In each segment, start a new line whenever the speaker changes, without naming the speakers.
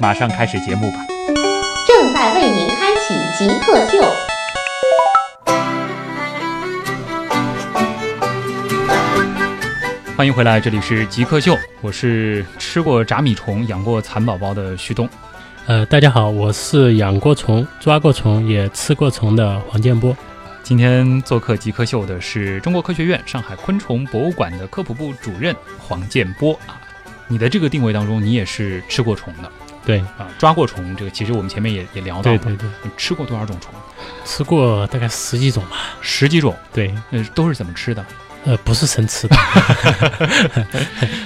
马上开始节目吧。
正在为您开启极客秀，
欢迎回来，这里是极客秀，我是吃过炸米虫、养过蚕宝宝的旭东。
呃，大家好，我是养过虫、抓过虫、也吃过虫的黄建波。
今天做客极客秀的是中国科学院上海昆虫博物馆的科普部主任黄建波啊。你的这个定位当中，你也是吃过虫的
对，
啊，抓过虫，这个其实我们前面也也聊到
对
了，
对对，
你吃过多少种虫？
吃过大概十几种吧。
十几种，
对，
呃，都是怎么吃的？
呃，不是生 吃的，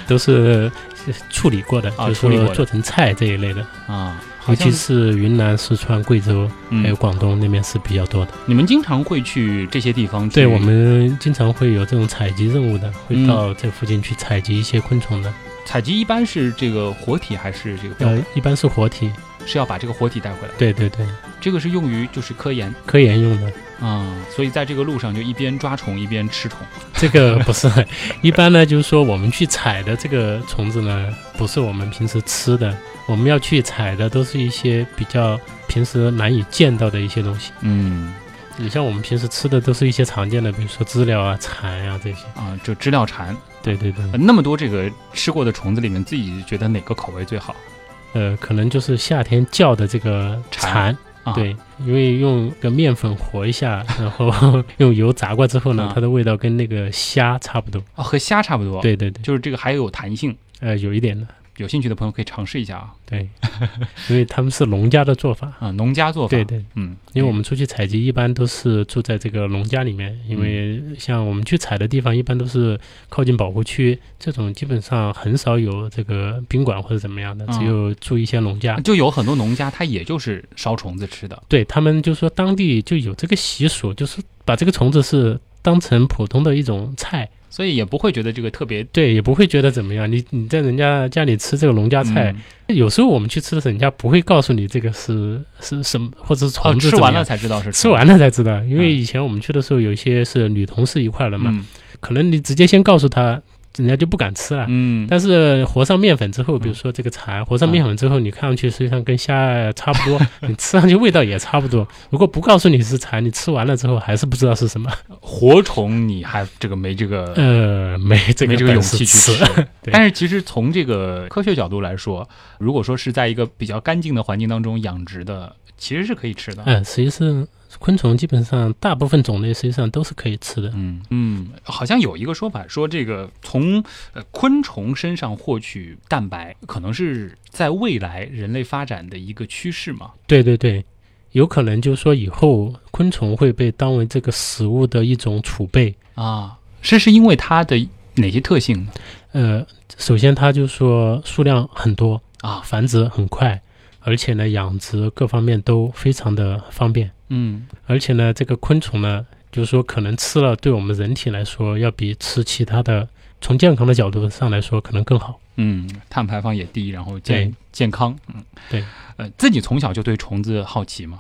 都是是处理过的，
啊
就是
处理过
说
的
做成菜这一类的，
啊，好
尤
像
其是云南、四川、贵州还有
嗯，
广东那边是比较多的。
你们经常会去这些地方去？
对我们经常会有这种采集任务的，会
嗯哦
到这附近去采集一些昆虫的。
采集一般是这个活体还是这个标
呃，一般是活体。
是要把这个活体带回来？
对对对，
这个是用于就是科研
科研用的。
啊，所以在这个路上就一边抓虫一边吃虫。
这个不是，一般呢，就是说我们去采的这个虫子呢，不是我们平时吃的，我们要去采的都是一些比较平时难以见到的一些东西。
嗯，
你像我们平时吃的都是一些常见的，比如说知了啊、蚕啊这些。
啊，就知了蝉、
对对对
呃，那么多这个吃过的虫子里面，自己觉得哪个口味最好
呃，可能就是夏天叫的这个
蝉
蝉，
啊？，
对，因为用个面粉和一下，然后用油炸过之后呢
啊，
它的味道跟那个虾差不多。
啊，和虾差不多。，
对对对，
就是这个还有弹性，
呃，有一点的，
有兴趣的朋友可以尝试一下啊。
对，因为他们是农家的做法。
啊，农家做法。
对，对。
嗯，
因为我们出去采集一般都是住在这个农家里面，因为
嗯
像我们去采的地方一般都是靠近保护区，这种基本上很少有这个宾馆或者怎么样的，
嗯
只有住一些农家。
哎就有很多农家他也就是烧虫子吃的。
对他们就说当地就有这个习俗，就是把这个虫子是当成普通的一种菜，
所以也不会觉得这个特别
对，也不会觉得怎么样。你你在人家家里吃这个农家菜，
嗯
有时候我们去吃的时候，人家不会告诉你这个是是什么，或者是
哦，
虫子
吃
怎么
完
样。
了才知道是
吃完了才知道，因为
嗯
以前我们去的时候，有一些是女同事一块儿的
了
嘛，
嘛？
可能你直接先告诉他，人家就不敢吃了。
嗯，
但是和上面粉之后，比如说这个蚕，和上面粉之
嗯
后，你看上去实际上跟虾差不多，你吃上去味道也差不多。如果不告诉你是蚕，你吃完了之后还是不知道是什么，
活虫你还这个没这个
呃，没这个
嗯没这个
本
勇
事
气去
吃。对
但是其实从这个科学角度来说，如果说是在一个比较干净的环境当中养殖的，其实是可以吃的。
嗯，实际上昆虫基本上大部分种类实际上都是可以吃的。
嗯嗯，好像有一个说法说，这个从呃昆虫身上获取蛋白，可能是在未来人类发展的一个趋势嘛。
对对对，有可能就是说以后昆虫会被当为这个食物的一种储备。
啊，是是因为它的哪些特性呢
呃，首先它就说数量很多，
啊？
繁殖很快，而且呢养殖各方面都非常的方便，
嗯
而且呢这个昆虫呢，就是说可能吃了对我们人体来说，要比吃其他的从健康的角度上来说可能更好。
嗯，碳排放也低，然后健
对
健康。嗯，
对。
呃，自己从小就对虫子好奇嘛。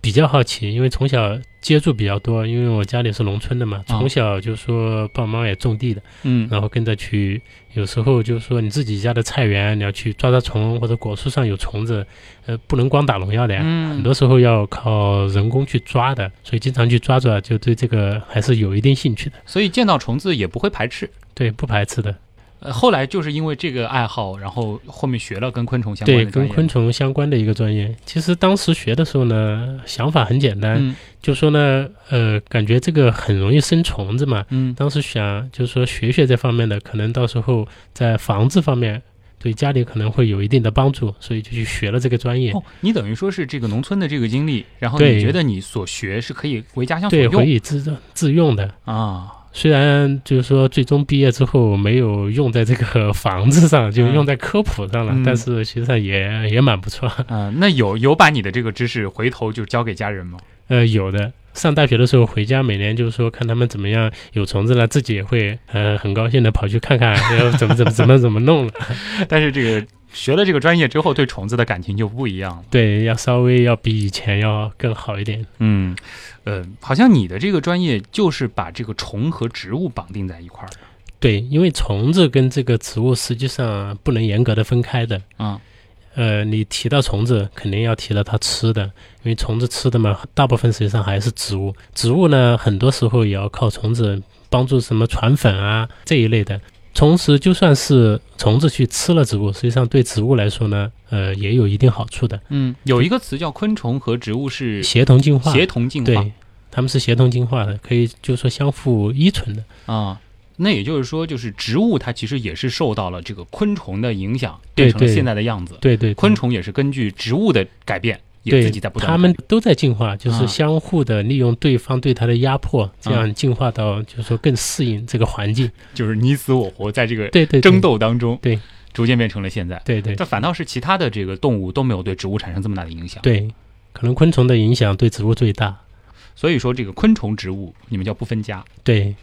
比较好奇，因为从小接触比较多，因为我家里是农村的嘛，
啊
从小就说爸妈也种地的，
嗯
然后跟着去，有时候就是说你自己家的菜园，你要去抓抓虫，或者果树上有虫子，呃，不能光打农药的呀，很
嗯
多时候要靠人工去抓的，所以经常去抓抓，就对这个还是有一定兴趣的，
所以见到虫子也不会排斥。
对，不排斥的。
呃，后来就是因为这个爱好，然后后面学了跟昆虫相关
对，
的专
跟
业。
昆虫相关的一个专业，其实当时学的时候呢，想法很简单，
嗯
就说呢，呃，感觉这个很容易生虫子嘛，
嗯
当时想就是说学学这方面的，可能到时候在防治方面对家里可能会有一定的帮助，所以就去学了这个专业。
哦，你等于说是这个农村的这个经历，然后你
对
觉得你所学是可以为家乡所
对，回
用
以自自用的，
啊？
虽然就是说最终毕业之后没有用在这个房子上，就
嗯
用在科普上了，
嗯
但是其实上也也蛮不错。
嗯，那有有把你的这个知识回头就交给家人吗？
呃，有的。上大学的时候回家，每年就是说看他们怎么样有虫子了，自己也会呃很高兴的跑去看看，然后怎么怎么怎么怎么 弄了。
但是这个学了这个专业之后，对虫子的感情就不一样了。
对，要稍微要比以前要更好一点。
嗯，呃，好像你的这个专业就是把这个虫和植物绑定在一块儿的。
对，因为虫子跟这个植物实际上不能严格的分开的。
嗯
呃，你提到虫子，肯定要提到它吃的，因为虫子吃的嘛，大部分实际上还是植物。植物呢，很多时候也要靠虫子帮助什么传粉啊这一类的。同时，就算是虫子去吃了植物，实际上对植物来说呢，呃，也有一定好处的，
嗯，有一个词叫昆虫和植物是
协同进化。
协同进化
对，它们是协同进化的，可以就说相互依存的。
啊。那也就是说，就是植物它其实也是受到了这个昆虫的影响，
对
变成了
对
现在的样子。
对对，
昆
对
虫也是根据植物的改变，也
对，
自己在不断地
他们
改变啊
都在进化，就是相互的利用对方对它的压迫，这样进化到就是说更适应这个环 境。
就是你死我活，在这个
对对，对
争，斗当中，
对，
逐渐变成了现在。
对对
但反倒是其他的这个动物都没有对植物产生这么大的影响。，
对，可能昆虫的影响对植物最大。
所以说这个昆虫植物你们叫不分家。
对，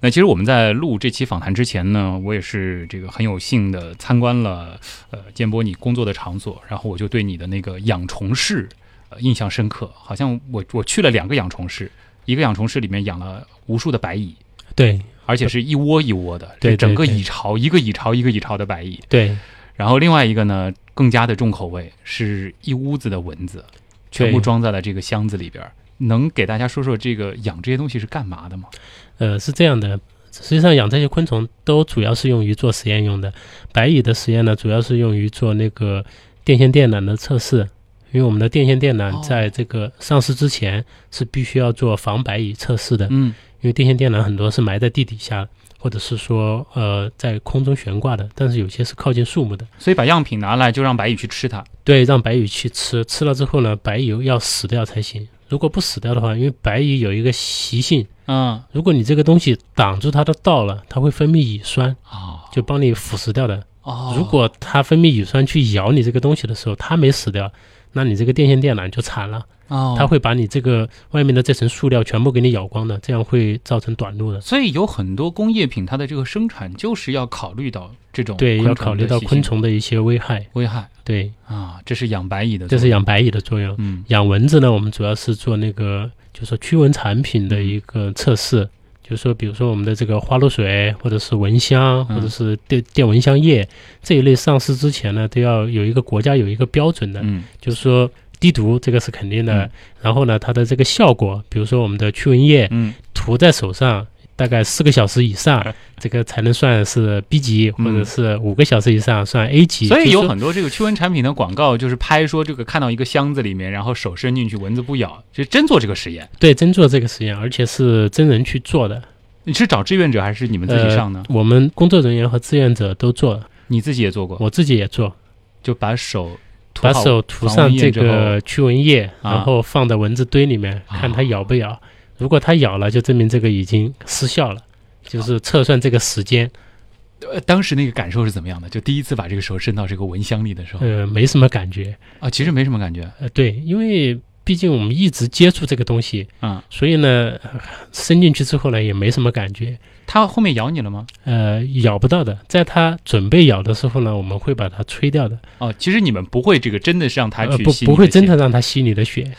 那其实我们在录这期访谈之前呢，我也是这个很有幸的参观了呃建波你工作的场所，然后我就对你的那个养虫室、呃、印象深刻。好像我我去了两个养虫室，一个养虫室里面养了无数的白蚁，
对，
而且是一窝一窝的，
对
是整个
对对
蚁巢一个蚁巢一个蚁巢的白蚁。
对，
然后另外一个呢，更加的重口味，是一屋子的蚊子，全部
对
装在了这个箱子里边儿。能给大家说说这个养这些东西是干嘛的吗？
呃，是这样的。实际上，养这些昆虫都主要是用于做实验用的。白蚁的实验呢，主要是用于做那个电线电缆的测试，因为我们的电线电
哦
缆在这个上市之前是必须要做防白蚁测试的。
嗯
因为电线电缆很多是埋在地底下，或者是说呃在空中悬挂的，但是有些是靠近树木的。
所以把样品拿来就让白蚁去吃它。
对，让白蚁去吃，吃了之后呢，白蚁要死掉才行。如果不死掉的话，因为白蚁有一个习性，
嗯
如果你这个东西挡住它的道了，它会分泌乙酸，
啊
就帮你腐蚀掉的。
哦
如果它分泌乙酸去咬你这个东西的时候，它没死掉，那你这个电线电缆就惨了，
哦
它会把你这个外面的这层塑料全部给你咬光的，这样会造成短路的。
所以有很多工业品，它的这个生产就是要考虑到这种
对，
昆
要
虫
考虑
的
到
习
昆
性
虫的一些危害。
危害
对，
啊，这是养白蚁的，
这是，养白蚁的作用。
嗯
养蚊子呢，我们主要是做那个，就是说驱蚊产品
嗯
的一个测试，就是说，比如说我们的这个花露水，或者是蚊香，
嗯
或者是电电蚊香液这一类上市之前呢，都要有一个国家有一个标准的，
嗯
就是说低毒这个是肯定的
嗯，
然后呢，它的这个效果，比如说我们的驱蚊液
嗯
涂在手上。大概四个小时以上，这个才能算是 B 级，或者
嗯
是五个小时以上算 A 级。
所
就
以
是
有
说
很多这个驱蚊产品的广告，就是拍说这个看到一个箱子里面，然后手伸进去，蚊子不咬，这真做这个实验。
对，真做这个实验，而且是真人去做的。
你是找志愿者还是你们自己上呢？
呃？我们工作人员和志愿者都做了，
你自己也做过，
我自己也做，
就把手涂
把
好
手涂
防
上
蚊液
这
之后
个驱蚊液，
啊
然后放在蚊子堆里面，看它咬不咬。如果它咬了，就证明这个已经失效了，就是测算这个时间，
呃当时那个感受是怎么样的？就第一次把这个手伸到这个蚊香里的时候
呃，没什么感觉。
啊，其实没什么感觉
呃，对，因为毕竟我们一直接触这个东西，
啊。
所以呢，呃伸进去之后呢，也没什么感觉。
它后面咬你了吗？
呃，咬不到的，在它准备咬的时候呢，我们会把它吹掉的，
哦，其实你们不会这个真的是让它
呃，
去
不
吸、
不会真的。让它吸你的血，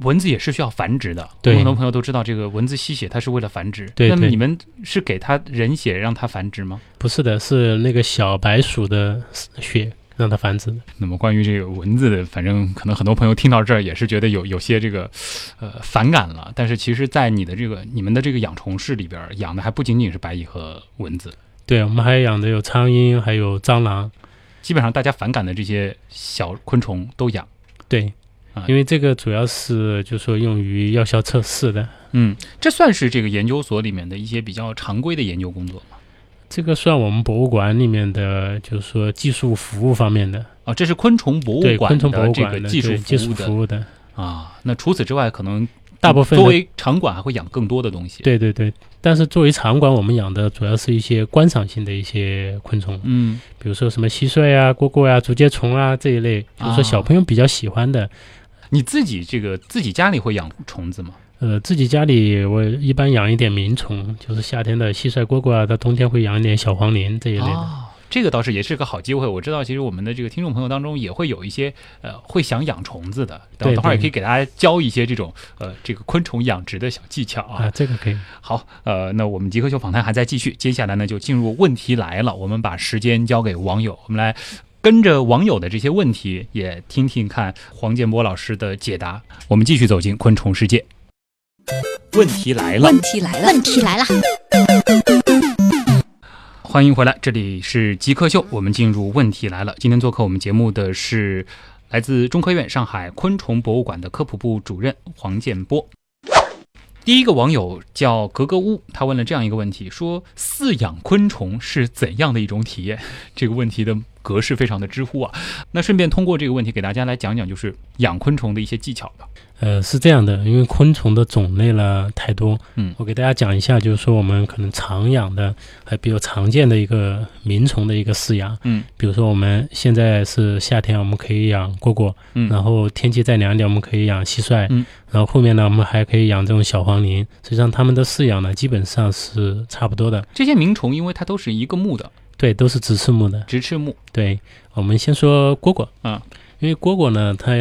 蚊子也是需要繁殖的，
对
很多朋友都知道这个蚊子吸血它是为了繁殖。
对
那么
对
你们是给它人血让它繁殖吗？
不是的，是那个小白鼠的血让它繁殖的。
那么关于这个蚊子的，反正可能很多朋友听到这儿也是觉得有有些这个，呃，反感了。但是其实，在你的这个你们的这个养虫室里边儿，养的还不仅仅是白蚁和蚊子，
对，我们还养的有苍蝇，还有蟑螂。
基本上大家反感的这些小昆虫都养。
对
啊，
因为这个主要是就是说用于药效测试的，
嗯，这算是这个研究所里面的一些比较常规的研究工作吗？
这个算我们博物馆里面的，就是说技术服务方面的，
啊，这是昆虫博物
对，
馆
昆虫博
的
物
这
馆
个
的
技术
对技术
服务的
服务的。
啊。那除此之外，可能
大部分
作
的
为场馆还会养更多的东西。，
对对对，但是作为场馆，我们养的主要是一些观赏性的一些昆虫，
嗯，
比如说什么蟋蟀啊、蝈蝈啊、竹节虫啊这一类，比如说小朋友比较喜欢的。
你自己这个自己家里会养虫子吗？
呃，自己家里我一般养一点鸣虫，就是夏天的蟋蟀、蝈蝈啊，到冬天会养一点小黄鹂这一类的。
哦，这个倒是也是个好机会。我知道，其实我们的这个听众朋友当中也会有一些呃会想养虫子的，等
对
等会儿也
对
可以给大家教一些这种呃这个昆虫养殖的小技巧啊
啊，。这个可以。
好，呃，那我们极客秀访谈还在继续，接下来呢就进入问题来了，我们把时间交给网友，我们来。跟着网友的这些问题，也听听看黄建波老师的解答。我们继续走进昆虫世界。问题来了，
问题来了，问题来了，
欢迎回来，这里是极客秀，我们进入问题来了。今天做客我们节目的是来自中科院上海昆虫博物馆的科普部主任黄建波。第一个网友叫格格巫，他问了这样一个问题：说饲养昆虫是怎样的一种体验？ 这个问题的格式非常的知乎啊。那顺便通过这个问题给大家来讲讲，就是养昆虫的一些技巧吧。
呃，是这样的，因为昆虫的种类呢太多，
嗯
我给大家讲一下，就是说我们可能常养的，还比较常见的一个鸣虫的一个饲养，
嗯，
比如说我们现在是夏天，我们可以养蝈蝈，
嗯
然后天气再凉一点，我们可以养蟋蟀，
嗯，
然后后面呢，我们还可以养这种小黄鹂，实际上它们的饲养呢，基本上是差不多的，
这些鸣虫因为它都是一个目的，
对，都是直翅目的，
直翅目。
对，我们先说蝈蝈
啊，
因为蝈蝈呢，它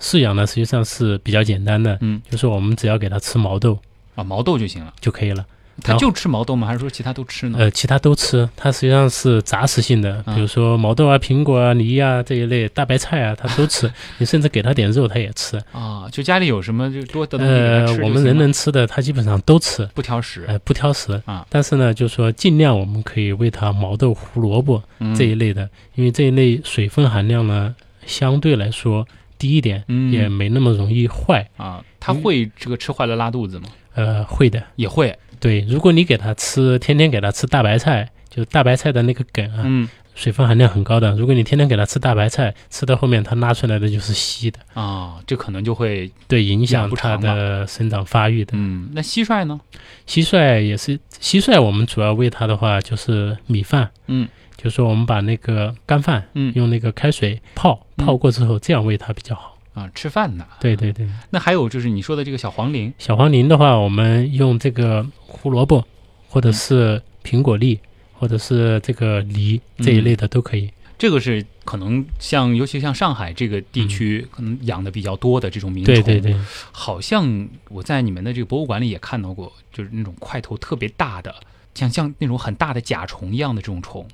饲养呢实际上是比较简单的，
嗯，
就是我们只要给它吃毛豆
啊，毛豆就行了。
就可以了。
它
然后
就吃毛豆吗？还是说其他都吃呢？
呃，其他都吃，它实际上是杂食性的，
嗯啊
比如说毛豆啊、苹果啊、梨啊这一类大白菜啊，它都 吃。你甚至给它点肉，它也吃。
啊，就家里有什么就多的东西给
呃
它吃，就
我们
行
人
了
能吃的，它基本上都吃，
不挑食，
呃，不挑食
啊。
但是呢，就说尽量我们可以喂它毛豆、胡萝卜
嗯
这一类的，因为这一类水分含量呢相对来说低一点，
嗯
也没那么容易坏。
啊，它会这个吃坏了拉肚子吗？
呃，会的，
也会，
对。如果你给它吃，天天给它吃大白菜，就大白菜的那个梗啊，
嗯
水分含量很高的。如果你天天给它吃大白菜，吃到后面它拉出来的就是稀的，
啊，这可能就会，
对，影
养
响
不
它
长嘛
的生长发育的。
嗯，那蟋蟀呢？
蟋蟀也是，蟋蟀我们主要喂它的话就是米饭，
嗯，
就说我们把那个干饭
嗯
用那个开水泡，
嗯
泡过之后这样喂它比较好。
啊，吃饭呢？
对对对，
那还有就是你说的这个小黄鹂，
小黄鹂的话，我们用这个胡萝卜，或
嗯
者是苹果粒，或者是这个梨
嗯
这一类的都可以。
这个是可能像，尤其像上海这个地区，可能养的比较多的这种名虫。
对对对，
好像我在你们的这个博物馆里也看到过，就是那种块头特别大的，像像那种很大的甲虫一样的这种虫。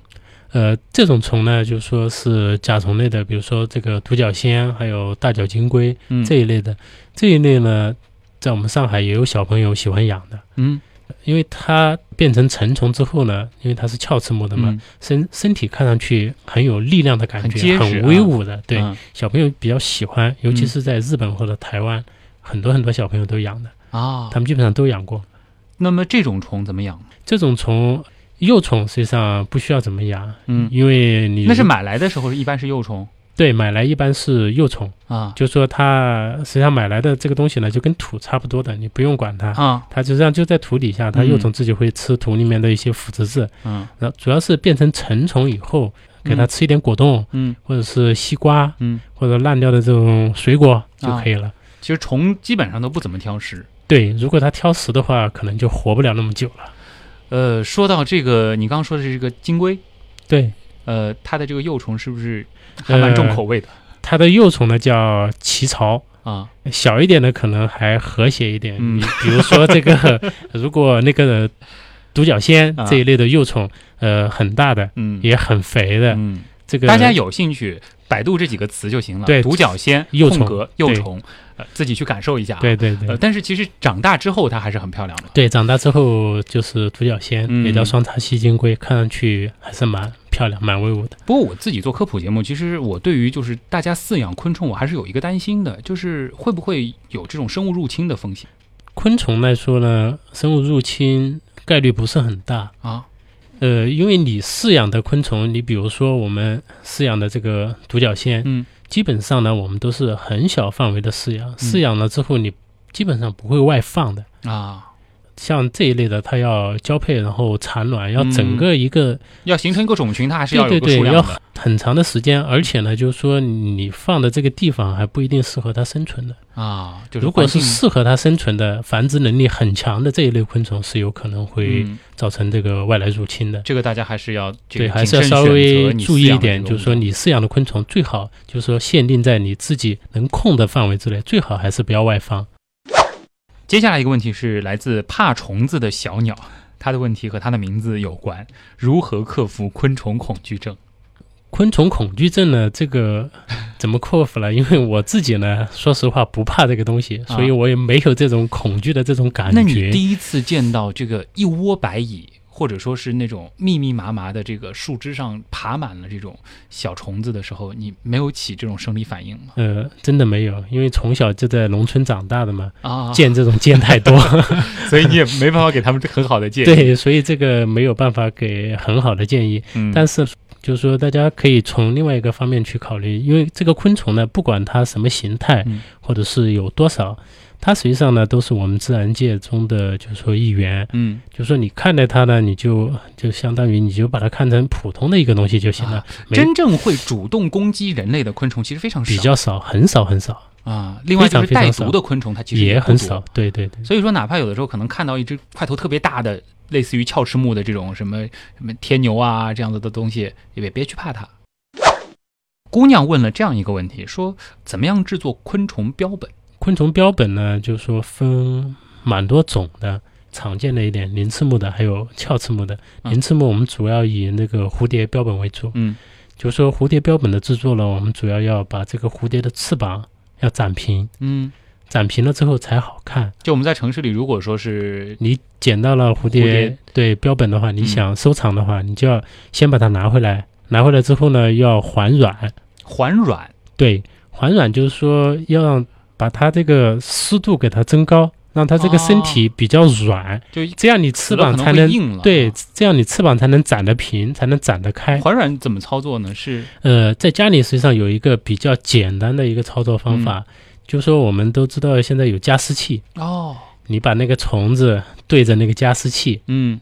呃，这种虫呢，就说是甲虫类的，比如说这个独角仙，还有大角金龟
嗯，
这一类的。这一类呢，在我们上海也有小朋友喜欢养的，
嗯，
因为它变成成虫之后呢，因为它是鞘翅目的嘛，
嗯
身身体看上去很有力量的感
很
觉，
结
很
实啊
威武的，对、
嗯
小朋友比较喜欢，尤
嗯
其是在日本或者台湾，很多很多小朋友都养的，
啊，
他们基本上都养过。
那么这种虫怎么养？
这种虫幼虫实际上不需要怎么养，
嗯
因为你
那是买来的时候一般是幼虫
对买来一般是幼虫，
啊
就说它实际上买来的这个东西呢，就跟土差不多的，你不用管它。
啊
它实际上就在土底下，它
嗯
幼虫自己会吃土里面的一些腐殖质，
嗯
然后主要是变成成虫以后，给它
嗯
吃一点果冻，
嗯
或者是西瓜，
嗯，
或者烂掉的这种水果就
啊
可以了。
其实虫基本上都不怎么挑食。
对，如果它挑食的话，可能就活不了那么久了。
呃，说到这个，你刚刚说的这个金龟，
对，
呃，它的这个幼虫是不是还蛮重口味的、
它的幼虫呢叫鳍槽。
啊？
小一点的可能还和谐一点，
嗯
你比如说这 个，如果那个独角仙
啊
这一类的幼虫，呃，很大的，
嗯，
也很肥的，
嗯，
这个
大家有兴趣，百度这几个词就行了。
对
独角仙、
幼虫
空格、幼
对
虫，呃，自己去感受一下、啊。
对对对、
呃，但是其实长大之后它还是很漂亮的。
对，长大之后就是独角仙，
嗯
也叫双叉吸金龟，看上去还是蛮漂亮、蛮威武的。
不过我自己做科普节目，其实我对于就是大家饲养昆虫，我还是有一个担心的，就是会不会有这种生物入侵的风险
昆虫来说呢，生物入侵概率不是很大，
啊？
呃，因为你饲养的昆虫，你比如说我们饲养的这个独角仙，
嗯，
基本上呢，我们都是很小范围的饲养，饲养了之后你。基本上不会外放的。
啊，
像这一类的，它要交配，然后产卵，要整
嗯
个一个
要形成一个种群，它还是要
对
有
对
一个数
对，要
量的。
很很长的时间，而且呢，就是说你放的这个地方还不一定适合它生存的。
啊，就是
如果
环
是
境
适合它生存的、繁殖能力很强的这一类昆虫，是有可能会
嗯
造成这个外来入侵的。
这个大家还是要这
对，
个
还是
谨
要
慎
稍
选
微
择你
注
饲
意一
养的
点，
这
就
个
是
物
说
种
你饲养的昆虫最好就是说限定在你自己能控的范围之内，最好还是不要外放。
接下来一个问题是来自怕虫子的小鸟，它的问题和它的名字有关，如何克服昆虫恐惧症？
昆虫恐惧症呢，这个怎么克服呢？因为我自己呢，说实话不怕这个东西，所以
啊
我也没有这种恐惧的这种感觉。
那啊你第一次见到这个一窝白蚁，或者说是那种密密麻麻的这个树枝上爬满了这种小虫子的时候，你没有起这种生理反应吗？
呃，真的没有，因为从小就在农村长大的嘛，
啊，
见这种见太多，
所以你也没办法给他们很好的建议。，
对，所以这个没有办法给很好的建议。
嗯、
但是就是说，大家可以从另外一个方面去考虑，因为这个昆虫呢，不管它什么形态，
嗯
或者是有多少，它实际上呢都是我们自然界中的就是说一员。
嗯，
就是说你看待它呢，你就就相当于你就把它看成普通的一个东西就行了，
啊
没
真正会主动攻击人类的昆虫其实非常少，
比较少，很少很少，
啊。另外就
非常
是
非常
带
少
毒的昆虫，它其实
也
不
很
多
少。对对对。
所以说，哪怕有的时候可能看到一只块头特别大的，类似于鞘翅目的这种什么什么天牛啊这样子的东西，也别别去怕它。姑娘问了这样一个问题，说怎么样制作昆虫标本？
昆虫标本呢，就是说分蛮多种的，常见的一点鳞翅目的，还有鞘翅目的。
嗯
鳞翅目我们主要以那个蝴蝶标本为主，
嗯
就是说蝴蝶标本的制作呢，我们主要要把这个蝴蝶的翅膀要展平，
嗯，
展平了之后才好看。
就我们在城市里，如果说是
你捡到了蝴蝶
蝴蝶
对标本的话，你
嗯
想收藏的话，你就要先把它拿回来，拿回来之后呢，要还软，
环软，
对，还软就是说要让把它这个湿度给它增高，让它这个身体比较软，
就
这样你翅
死了
膀
可
才
能会
能
硬了。啊
对，这样你翅膀才能展得平，才能展得 开。
环软怎么操作呢？是
呃，在家里实际上有一个比较简单的一个操作方法，
嗯
就说我们都知道现在有加湿器，
哦，
你把那个虫子对着那个加湿器
嗯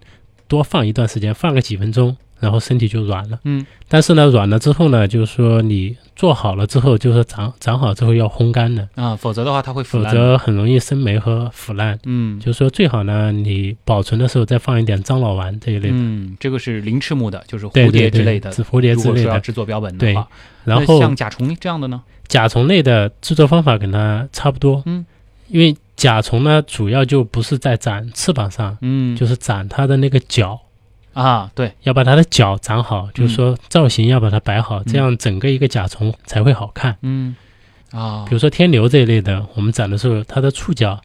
多放一段时间，放个几分钟，然后身体就软了。
嗯，
但是呢，软了之后呢，就是说你做好了之后，就是说长长好之后要烘干的。
啊，否则的话它会腐
否
烂。
则很容易生霉和腐烂。
嗯
就是说，最好呢，你保存的时候再放一点樟脑丸这一类的，
嗯，这个是鳞翅目的，就是
对
蝴蝶之类的。
对对蝴蝶
如
之
果
类
说要
的。
制作标本的
对
话，
然
那
后
像甲虫这样的呢？
甲虫类的制作方法跟它差不多，
嗯，
因为甲虫呢主要就不是在展翅膀上，
嗯，
就是展它的那个脚，
啊，对，
要把它的脚展
嗯
好，就是说造型要把它摆好，这样整个一个甲虫才会好看。
嗯，啊
比，如说天牛这一类的，我们展的时候，它的触角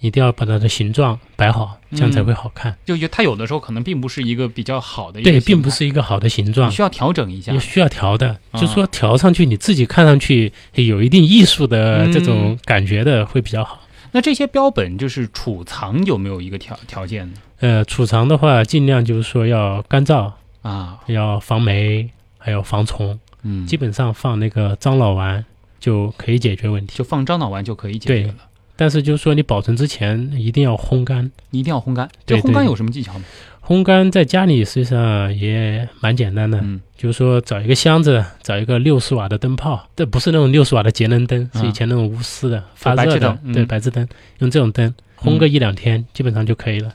一定要把它的形状摆好，这
嗯
样才会好看。
就就它有的时候可能并不是一个比较好的一个
对，
形态
并不是一个好的形
你
状。
需要调整一下
也。需要调的，
啊
就说调上去，你自己看上去有一定艺术的
嗯
这种感觉的会比较好。
那这些标本就是储藏有没有一个条条件呢？
呃，储藏的话，尽量就是说要干燥，
啊，
要防霉，还有防虫，
嗯，
基本上放那个樟脑丸就可以解决问题。
就放樟脑丸就可以解决
对
了。
但是就是说，你保存之前一定要烘干。
你一定要烘干，这
对
烘干
对
有什么技巧吗？
烘干在家里实际上也蛮简单的，
嗯
就是说找一个箱子，找一个六十瓦的灯泡，这不是那种六十瓦的节能灯，
啊
是以前那种钨丝的发
白
热
炽
的
灯，嗯
对，白炽灯，用这种灯烘个一两天，基本上就可以了。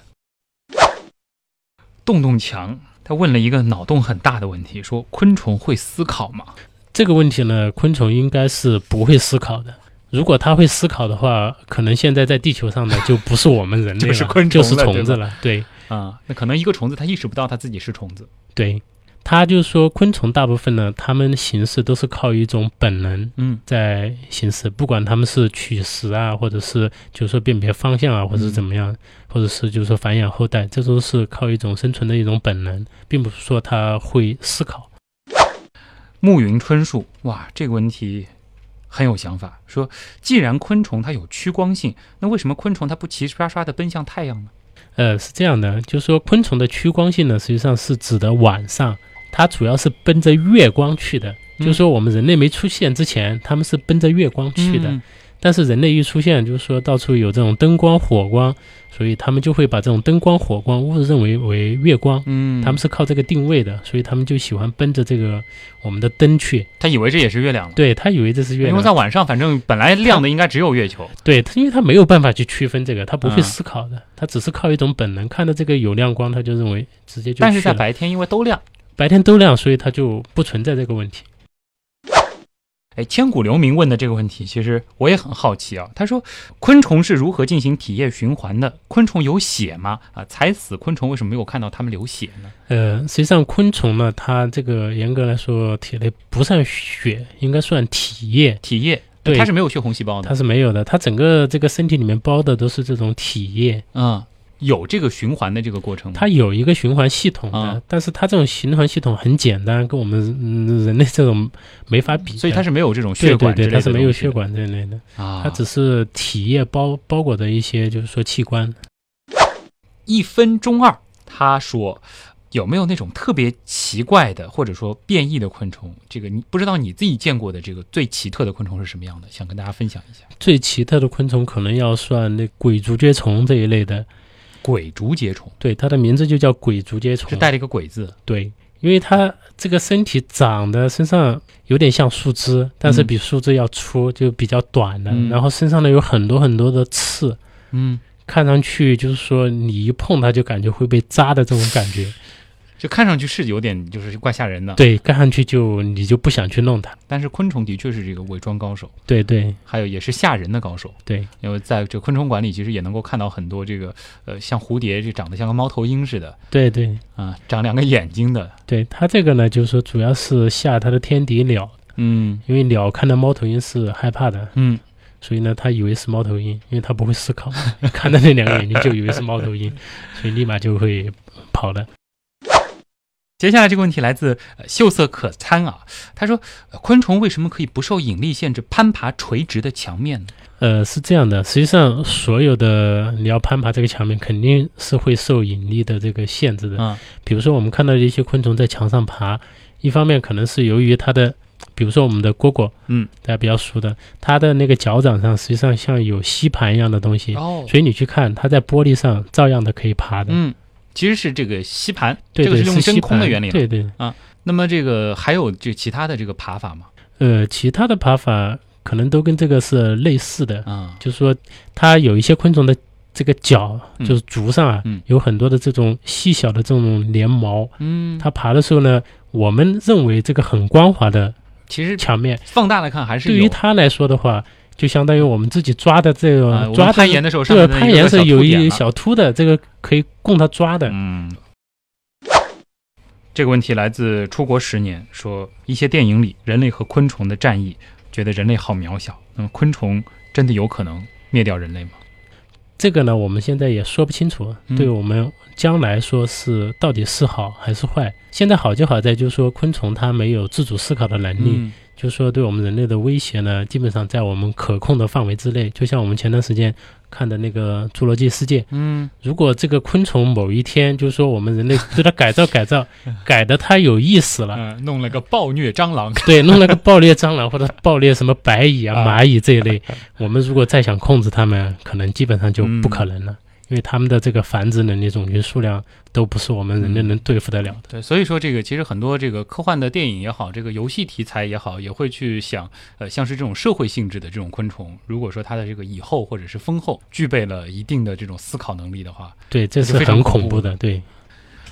洞洞墙他问了一个脑洞很大的问题，说昆虫会思考吗？
这个问题呢，昆虫应该是不会思考的。如果它会思考的话，可能现在在地球 上的就不是我们人类了，
就是昆虫了
就是虫子了。对
啊，那可能一个虫子它意识不到它自己是虫子。
对，它就是说，昆虫大部分呢，它们行事都是靠一种本能，
嗯
在行驶，不管他们是取食啊，或者是就是说辨别方向啊，或者是怎么样，或者是就是说繁衍后代，这都是靠一种生存的一种本能，并不是说他会思考。
暮云春树，哇，这个问题很有想法。说，既然昆虫它有趋光性，那为什么昆虫它不齐刷刷的奔向太阳呢？
呃，是这样的，就是说昆虫的趋光性呢，实际上是指的晚上，它主要是奔着月光去的。
嗯
就是说我们人类没出现之前，他们是奔着月光去的。
嗯
但是人类一出现，就是说到处有这种灯光、火光，所以他们就会把这种灯光、火光误认为为月光。
嗯
他们是靠这个定位的，所以他们就喜欢奔着这个我们的灯去。
他以为这也是月亮了，
对他以为这是月
因为
亮，
在晚上，反正本来亮的应该只有月球。
对他，因为他没有办法去区分这个，他不会
嗯
思考的，他只是靠一种本能，看到这个有亮光，他就认为直接就去了。
但是在白天，因为都亮。
白天都亮，所以它就不存在这个问题。
哎，千古留名问的这个问题，其实我也很好奇啊。他说，昆虫是如何进行体液循环的？昆虫有血吗？啊，踩死昆虫为什么没有看到它们流血呢？
呃，实际上昆虫呢，它这个严格来说体内不算血，应该算体液，
体液，
对
它是没有血红细胞
哎
的
它。是没有的。它整个这个身体里面包的都是这种体液，
嗯，有这个循环的这个过程吗？
它有一个循环系统的，
啊
但是它这种循环系统很简单，跟我们、嗯、人类这种没法比的。
嗯所以它
是
是没有这种血管之
对对
类
对，
的
它是没有
东西
血
的
管这类的，
啊，
它只是体液包包裹的一些就是说器官。
一分钟二，他说有没有那种特别奇怪的或者说变异的昆虫？这个你不知道你自己见过的这个最奇特的昆虫是什么样的？想跟大家分享一下。
最奇特的昆虫可能要算那鬼竹节虫这一类的，
鬼竹节虫
对，它的名字就叫鬼竹节虫
是。带了一个“鬼”字，
对，因为它这个身体长得身上有点像树枝，但是
嗯
比树枝要粗，就比较短的。
嗯
然后身上呢有很多很多的刺，
嗯，
看上去就是说你一碰它就感觉会被扎的这种感觉。
就看上去是有点就是怪吓人的，
对，看上去就你就不想去弄它。
但是昆虫的确是这个伪装高手，
对对
还有也是吓人的高手。
对，
因为在这昆虫馆里，其实也能够看到很多这个呃，像蝴蝶这长得像个猫头鹰似的
对对
啊，长两个眼睛的，
对，它这个呢就是说主要是吓它的天敌鸟，
嗯
因为鸟看到猫头鹰是害怕的，
嗯，
所以呢，他以为是猫头鹰，因为他不会思考， 看到那两个眼睛就以为是猫头鹰，所以立马就会跑了。
接下来这个问题来自、呃、秀色可餐啊，他说、呃昆虫为什么可以不受引力限制攀爬垂直的墙面呢？
呃，是这样的，实际上所有的你要攀爬这个墙面，肯定是会受引力的这个限制的。
嗯
比如说我们看到的一些昆虫在墙上爬，一方面可能是由于它的，比如说我们的蝈蝈，
嗯，
大家比较熟的，它的那个脚掌上实际上像有吸盘一样的东西，
哦
所以你去看它在玻璃上照样的可以爬的。
嗯，其实是这个吸盘，
对
这个
对，
是用
吸
真空的
盘
原理了。
对对。
那么这个还有这其他的这个爬法吗？
呃，其他的爬法可能都跟这个是类似的，
啊、
就是说它有一些昆虫的这个脚，
嗯
就是足上啊，
嗯
有很多的这种细小的这种连毛。
嗯，
它爬的时候呢，我们认为这个很光滑的
其实
墙面，
放大来看还是
对
有
于它来说的话，就相当于我们自己抓的这
啊
个、
我
抓
们
的
攀岩的时候上
这个
面的
攀
一
岩
个
是有
凸点
一
嘛
小凸的，这个可以供它抓的。
嗯，这个问题来自《出国十年》，说一些电影里人类和昆虫的战役，觉得人类好渺小。那么昆虫真的有可能灭掉人类吗？
这个呢，我们现在也说不清楚，
嗯
对我们将来说是到底是好还是坏。现在好就好在，就是说昆虫它没有自主思考的能力，
嗯
就是说对我们人类的威胁呢，基本上在我们可控的范围之内。就像我们前段时间看的那个《侏罗纪世界》，
嗯，
如果这个昆虫某一天，就是说我们人类对它改造改造， 改的它有意思了。
呃，弄了个暴虐蟑螂，
对，弄了个爆裂蟑螂或者爆裂什么白蚁啊、
啊
蚂蚁这一类， 我们如果再想控制它们，可能基本上就不可能了，
嗯
因为它们的这个繁殖能力、种群数量都不是我们人类能对付得了的。
对，所以说这个其实很多这个科幻的电影也好，这个游戏题材也好，也会去想，呃，像是这种社会性质的这种昆虫，如果说它的这个以后或者是丰后具备了一定的这种思考能力的话，
对，这
这
是
是非常
很恐
恐
怖
怖
的。对，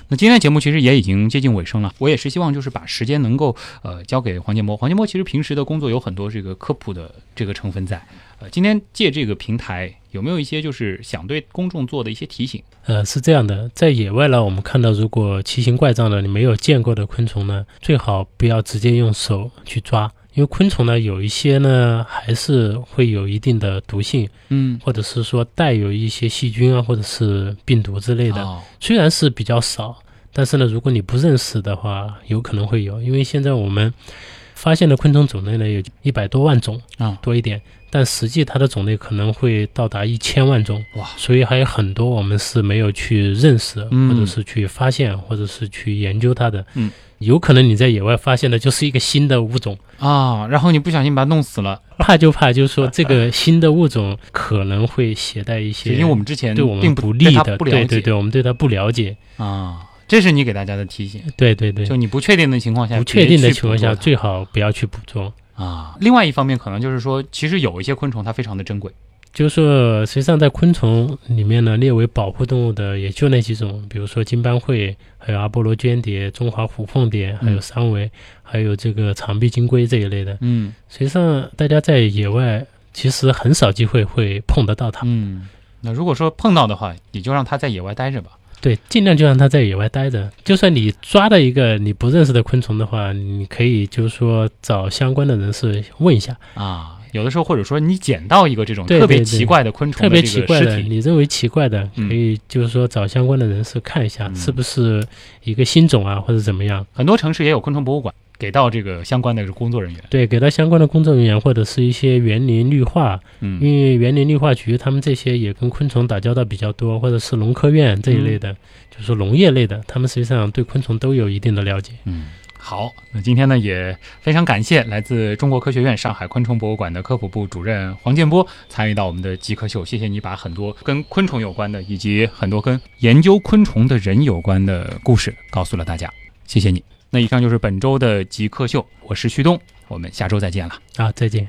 那今天节目其实也已经接近尾声了，我也是希望就是把时间能够呃交给黄建波。黄建波其实平时的工作有很多这个科普的这个成分在，呃，今天借这个平台有没有一些就是想对公众做的一些提醒？
呃，是这样的，在野外呢，我们看到如果奇形怪状的你没有见过的昆虫呢，最好不要直接用手去抓。因为昆虫呢，有一些呢还是会有一定的毒性，
嗯，
或者是说带有一些细菌啊，或者是病毒之类
对
的。虽然是比较少，但是呢，如果你不认识的话，有可能会有，因为现在我们发现的昆虫种类呢有一百多万种
啊
多一点，但实际它的种类可能会到达一千万种。
哇，
所以还有很多我们是没有去认识，
嗯
或者是去发现，或者是去研究它的。
嗯，
有可能你在野外发现的就是一个新的物 种，
啊，然后你不小心把它弄死了，
怕就怕就是说这个新的物种可能会携带一些
因为我们之前
对我
并
们
不
不利
对它
的，
不了
对
解
对对，我们对它不了解，
啊，这是你给大家的提醒。
对对对
就。你不确定的情况下，
不确定的情况
别
下，
去捕捉
最好不要去捕捉。
它啊。另外一方面，可能就是说，其实有一些昆虫它非常的珍贵
就是说，实际上在昆虫里面呢，列为保护动物的也就那几种，比如说金斑喙，还有阿波罗绢蝶、中华虎凤蝶，还有
嗯
三维，还有这个长臂金龟这一类的。
嗯
实际上，大家在野外其实很少机会会碰得到它。
嗯。那如果说碰到的话，也就让它在野外待着吧。
对，尽量就让它在野外待着。就算你抓到一个你不认识的昆虫的话，你可以就是说找相关的人士问一下。
啊，有的时候或者说你捡到一个这种
对
特别
对对
奇怪的昆虫
特
的
别
这
奇
个
怪的，
尸体，
你认为奇怪的，
嗯
可以就是说找相关的人士看一下，
嗯
是不是一个新种啊，或者怎么样？
很多城市也有昆虫博物馆，给到这个相关的工作人员。
对，给到相关的工作人员或者是一些园林绿化，因
嗯
为园林绿化局他们这些也跟昆虫打交道比较多，或者是农科院这一类
嗯
的，就是说农业类的，他们实际上对昆虫都有一定的了解。
嗯，好，那今天呢也非常感谢来自中国科学院上海昆虫博物馆的科普部主任黄建波参与到我们的极客秀，谢谢你把很多跟昆虫有关的，以及很多跟研究昆虫的人有关的故事告诉了大家，谢谢你。那以上就是本周的极客秀，我是旭东，我们下周再见了。
啊，再见。